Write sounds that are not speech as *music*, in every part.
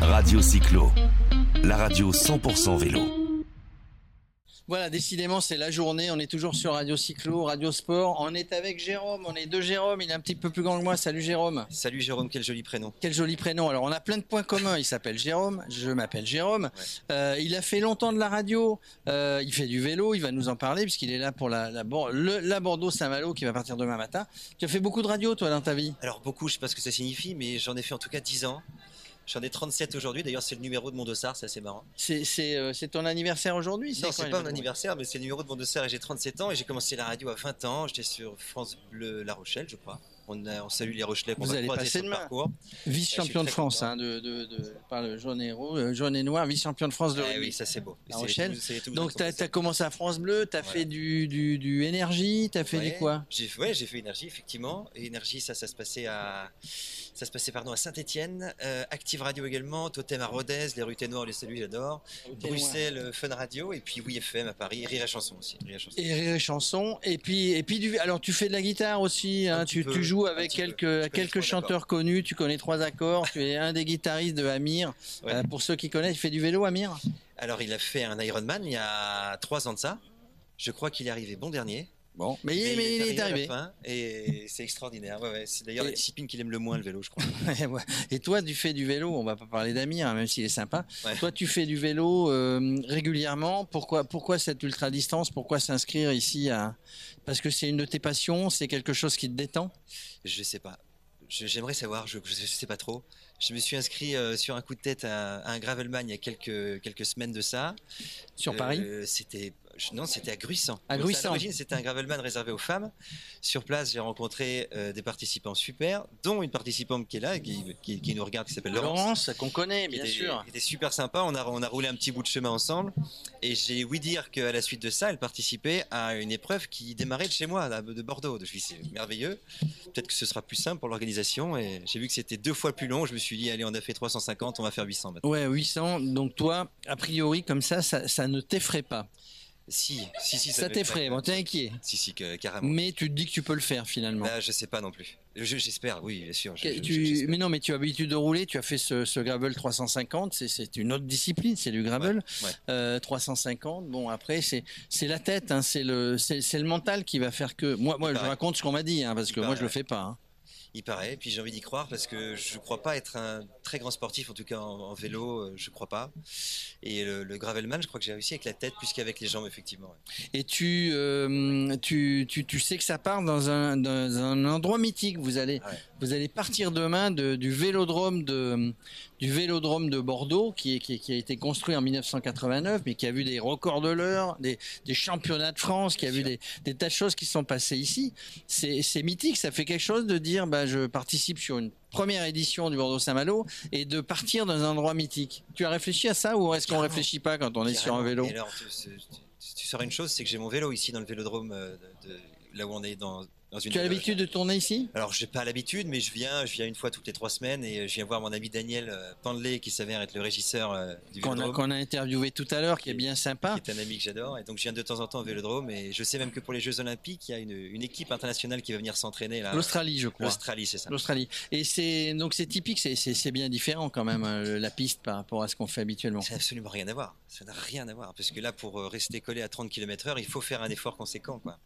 Radio Cyclo, la radio 100% vélo. Voilà, décidément, c'est la journée. On est toujours sur Radio Cyclo, Radio Sport. On est avec Jérôme. On est deux Jérôme. Il est un petit peu plus grand que moi. Salut Jérôme. Salut Jérôme, quel joli prénom. Quel joli prénom. Alors, on a plein de points communs. Il s'appelle Jérôme. Je m'appelle Jérôme. Euh, il a fait longtemps de la radio. Euh, il fait du vélo. Il va nous en parler puisqu'il est là pour la, la, Bor- le- la Bordeaux-Saint-Malo qui va partir demain matin. Tu as fait beaucoup de radio, toi, dans ta vie Alors beaucoup, je sais pas ce que ça signifie, mais j'en ai fait en tout cas 10 ans. J'en ai 37 aujourd'hui, d'ailleurs c'est le numéro de mon dossard, c'est assez marrant. C'est, c'est, euh, c'est ton anniversaire aujourd'hui Non, quoi, c'est les pas fêtes mon anniversaire, mais c'est le numéro de mon dossard et j'ai 37 ans et j'ai commencé la radio à 20 ans. J'étais sur France Bleu La Rochelle, je crois. On, a- on salue les Rochelais qu'on Vous va allez croiser passer sur le demain. parcours. Vice-champion Ah, de je suis très France, content. hein, de, de, de- par le jaune et, rouge, euh, jaune et noir, vice-champion de France de Eh rugby. oui, ça c'est beau. La C'est Rochelle. Toulouse- c'est Toulouse Donc, qui t'as a commencé. as commencé à France Bleu, t'as Voilà. fait du, du, du énergie, t'as fait Ouais, du quoi j'ai, ouais, j'ai fait énergie effectivement. Et énergie, ça, ça se passait à, ça se passait pardon à Saint-Étienne. Euh, Active Radio également, Totem à Rodez, les rues Ténor, les saluts, j'adore. Bruxelles, euh, Fun Radio et puis oui FM à Paris, Rire et Chanson aussi. Rire et Chanson. Et rire et chanson. Et puis, et puis du, alors tu fais de la guitare aussi, Un hein, petit tu, peu, tu joues un avec petit peu. Je quelques, connais quelques trois chanteurs connus, tu connais trois accords, tu es un des guitaristes de Amir. Ouais. Euh, pour ceux qui connaissent, il fait du vélo, Amir Alors il a fait un Ironman il y a trois ans de ça. Je crois qu'il est arrivé bon dernier. Bon. Mais, il- mais il est à la arrivé. fin, et c'est extraordinaire. Ouais, ouais. C'est d'ailleurs Et- la discipline qu'il aime le moins, le vélo, je crois. Ouais, *laughs* ouais. Et toi, tu fais du vélo. On va pas parler d'Amir, hein, même s'il est sympa. Ouais. Toi, tu fais du vélo euh, régulièrement. Pourquoi, pourquoi cette ultra distance Pourquoi s'inscrire ici à... Parce que c'est une de tes passions. C'est quelque chose qui te détend. Je sais pas. Je- J'aimerais savoir, je, je sais pas trop. Je me suis inscrit euh, sur un coup de tête à, à un Gravelman il y a quelques, quelques semaines de ça. Sur Euh, Paris C'était je- non, c'était à Gruissan. À Donc, Gruissan. ça, À l'origine, c'était un gravelman réservé aux femmes. Sur place, j'ai rencontré euh, des participants super, dont une participante qui est là, et qui, qui, qui nous regarde, qui s'appelle Laurence. Laurence, qu'on connaît, qui bien était, sûr. qui était super sympa. On a, on a roulé un petit bout de chemin ensemble. Et j'ai ouï dire qu'à la suite de ça, elle participait à une épreuve qui démarrait de chez moi, là, de Bordeaux. Je me suis dit, c'est merveilleux. Peut-être que ce sera plus simple pour l'organisation. Et j'ai vu que c'était deux fois plus long. Je me suis dit, allez, on a fait 350, on va faire 800 maintenant. Ouais, 800. Donc toi, a priori, comme ça, ça, ça ne t'effraie pas. Si, si, si. Ça devait t'effraie. être- Bon, t'es inquiet. Si, si, que- carrément. Mais tu te dis que tu peux le faire finalement. Là, je sais pas non plus. Je- J'espère, oui, bien sûr. Ah, je- Que- je- tu- j'espère. mais non, mais tu as l'habitude de rouler, tu as fait ce, ce gravel 350, c'est- c'est une autre discipline, c'est du gravel. ouais. Euh, 350, bon après c'est c'est la tête, hein, c'est le c'est c'est le mental qui va faire que moi moi je paraît. raconte ce qu'on m'a dit hein, parce que Il moi je paraît, le fais pas. hein. Il paraît, puis j'ai envie d'y croire parce que je crois pas être un très grand sportif, en tout cas en, en vélo, euh, je crois pas. Et le, le gravelman, je crois que j'ai réussi avec la tête plus qu'avec les jambes, effectivement. ouais. Et tu, euh, tu tu tu sais que ça part dans un dans un endroit mythique. Vous allez Ah Ouais. vous allez partir demain de, du vélodrome de du vélodrome de Bordeaux qui est qui, est- qui a été construit en 1989 mais qui a vu des records de l'heure, des des championnats de France, qui a Bien vu sûr. des des tas de choses qui se sont passées ici. C'est c'est mythique. Ça fait quelque chose de dire bah je participe sur une première édition du Bordeaux Saint-Malo et de partir dans un endroit mythique. Tu as réfléchi à ça ou est-ce qu'on Carrément. réfléchit pas quand on est sur un vélo Et alors, tu, tu- tu- tu sauras une chose, c'est que j'ai mon vélo ici dans le vélodrome, euh, de, de- là où on est dans, dans une. Tu as loge. l'habitude de tourner ici Alors, j'ai pas l'habitude, mais je viens, je viens une fois toutes les trois semaines et je viens voir mon ami Daniel euh, Pendelet, qui s'avère être le régisseur euh, du qu'on a, vélodrome. qu'on a interviewé tout à l'heure, qui est bien sympa. qui est un ami que j'adore. Et donc, je viens de temps en temps au Vélodrome. Et je sais même que pour les Jeux Olympiques, il y a une, une équipe internationale qui va venir s'entraîner là. L'Australie, je crois. L'Australie, c'est ça. L'Australie. Et c'est donc c'est typique, c'est- c'est c'est bien différent quand même euh, la piste par rapport à ce qu'on fait habituellement. Ça n'a absolument rien à voir. Ça n'a rien à voir. Parce que là, pour euh, rester collé à 30 km/h, il faut faire un effort conséquent. Quoi.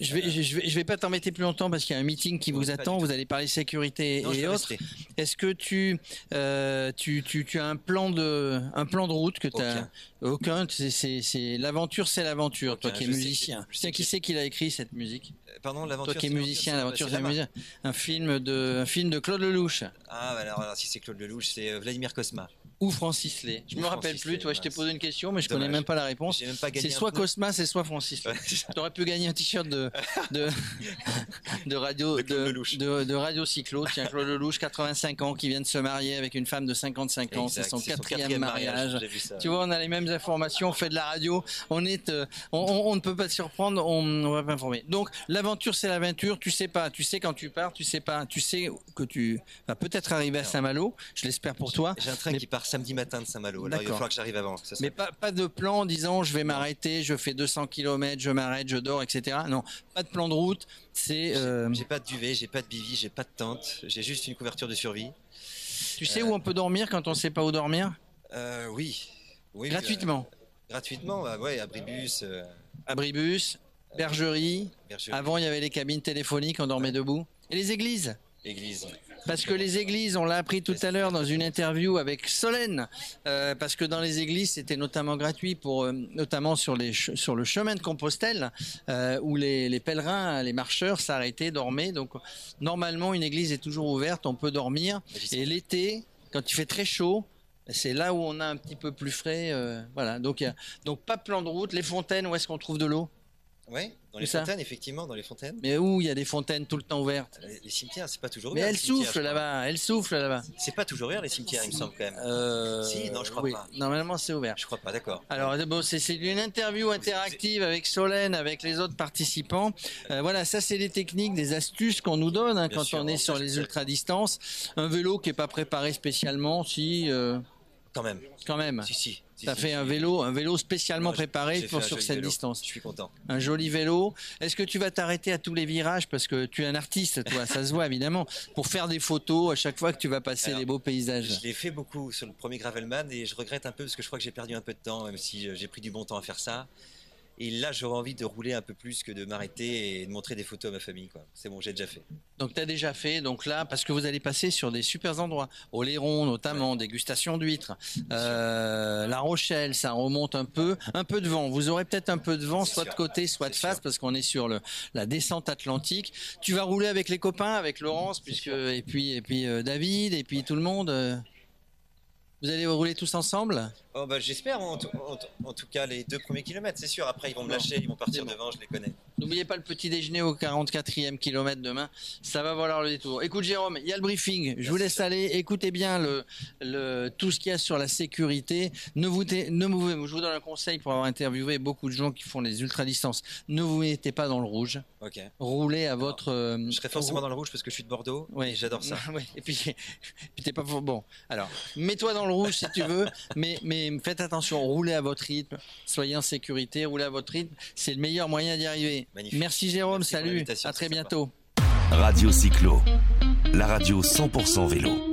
Je vais je vais, je vais pas t'embêter plus longtemps parce qu'il y a un meeting qui Non, vous pas attend. du Vous allez parler sécurité Non, je et vais autres. rester. Est-ce que tu, euh, tu tu tu as un plan de un plan de route que tu as aucun. C'est- c'est c'est l'aventure, c'est l'aventure. Toi Aucun. qui es Je sais que- musicien. je sais Tiens, qui que- c'est qui l'a écrit cette musique Euh, Pardon, l'aventure. Toi qui es c'est musicien, l'aventure, c'est la là-bas. musique. Un film de un film de Claude Lelouch. Ah, bah alors, alors, si c'est Claude Lelouch, c'est euh, Vladimir Cosma. ou Francis Lay. Je Ou me rappelle Francis plus, Lay, toi, je t'ai mince. posé une question, mais je Dommage. connais même pas la réponse. J'ai même pas gagné. C'est un soit pneu. Cosma, c'est soit Francis Lay. Ouais, c'est ça. T'aurais pu gagner un t-shirt de, *laughs* de, de radio, De Claude de, Lelouch. de- de radio cyclo. Tiens, Claude Lelouch, 85 ans, qui vient de se marier avec une femme de 55 ans. C'est Exact, son quatrième, mariage. J'ai vu ça. Tu vois, on a les mêmes informations, on fait de la radio, on est, euh, on, on- on ne peut pas te surprendre, on, on va pas informer. Donc, l'aventure, c'est l'aventure, tu sais pas, tu sais quand tu pars, tu sais pas, tu sais que tu vas peut-être arriver à Saint-Malo, je l'espère pour toi. J'ai un train Mais- qui part samedi matin de Saint-Malo. Alors, il va D'accord. falloir que j'arrive avant. ça sera- Mais pas, pas de plan en disant je vais m'arrêter, je fais 200 km, je m'arrête, je dors, etc. Non, pas de plan de route. C'est. euh, J'ai pas de duvet, j'ai pas de bivy, j'ai pas de tente, j'ai juste une couverture de survie. Tu sais où on peut dormir quand on ne sait pas où dormir Euh, oui. oui. Gratuitement. euh, gratuitement, bah ouais, abribus, euh, Abribus, bergerie. bergerie, Avant, il y avait les cabines téléphoniques, on dormait debout. Et les églises église. Parce que les églises, on l'a appris tout à l'heure dans une interview avec Solène, euh, parce que dans les églises, c'était notamment gratuit pour, euh, notamment sur les che- sur le chemin de Compostelle, euh, où les, les pèlerins, les marcheurs s'arrêtaient, dormaient. Donc normalement, une église est toujours ouverte, on peut dormir. Et l'été, quand il fait très chaud, c'est là où on a un petit peu plus frais. euh, voilà. Donc il y a- donc pas de plan de route, les fontaines, où est-ce qu'on trouve de l'eau Oui, dans Où les ça fontaines, effectivement, dans les fontaines. Mais où il y a des fontaines tout le temps ouvertes Les les cimetières, c'est pas toujours Mais ouvert. elle les cimetières, souffle je crois. là-bas, elle souffle là-bas. C'est pas toujours ouvert, les cimetières, il me semble quand même. Euh, Si, non, je crois oui. pas. Normalement, c'est ouvert. Je crois pas, d'accord. Alors, bon, c'est c'est une interview interactive avec Solène, avec les autres participants. Euh, voilà, ça, c'est des techniques, des astuces qu'on nous donne hein, Bien quand sûr, on est bon, sur ça, les c'est- ultra-distances. Un vélo qui n'est pas préparé spécialement, si, euh, Quand même. quand même. Si, si. si, Bah, T'as si, fait si. un vélo, un vélo spécialement Moi, j'ai- préparé j'ai pour fait un sur joli cette vélo. distance. Je suis content. Un joli vélo. Est-ce que tu vas t'arrêter à tous les virages parce que tu es un artiste, toi, ça se voit évidemment, pour faire des photos à chaque fois que tu vas passer Alors, des beaux paysages. Je l'ai fait beaucoup sur le premier Gravelman et je regrette un peu parce que je crois que j'ai perdu un peu de temps, même si euh, j'ai pris du bon temps à faire ça. Et là, j'aurais envie de rouler un peu plus que de m'arrêter et de montrer des photos à ma famille. quoi. C'est bon, j'ai déjà fait. Donc tu as déjà fait, donc là, parce que vous allez passer sur des super endroits, Oléron notamment, dégustation d'huîtres, euh, La Rochelle, ça remonte un peu, un peu de vent. Vous aurez peut-être un peu de vent, C'est soit de sûr. côté, soit de C'est face, parce qu'on est sur le, la descente atlantique. Tu vas rouler avec les copains, avec Laurence, puisque et puis et puis euh, David et puis tout le monde. euh, vous allez rouler tous ensemble Oh, bah, J'espère, en, tout- en tout- en tout cas, les deux premiers kilomètres, c'est sûr. Après, ils vont me Non. lâcher, ils vont C'est partir bon. devant, je les connais. N'oubliez pas le petit déjeuner au 44e kilomètre demain. Ça va valoir le détour. Écoute, Jérôme, il y a le briefing. Je vous Merci, laisse Jérôme. aller. Écoutez bien le, le, tout ce qu'il y a sur la sécurité. Ne vous, té- ne vous, je vous donne un conseil pour avoir interviewé beaucoup de gens qui font les ultra-distances. Ne vous mettez pas dans le rouge. Ok. Roulez à votre. euh, Je serai forcément dans le rouge parce que je suis de Bordeaux Ouais. et j'adore ça. Ah Ouais, et puis, *laughs* puis t'es pas pour- bon. Alors, mets-toi dans le rouge si tu veux, mais mais faites attention, roulez à votre rythme, soyez en sécurité, roulez à votre rythme, c'est le meilleur moyen d'y arriver. Magnifique. Merci Jérôme, Merci pour salut, l'invitation, à très c'est sympa. bientôt. Radio Cyclo, la radio 100% vélo.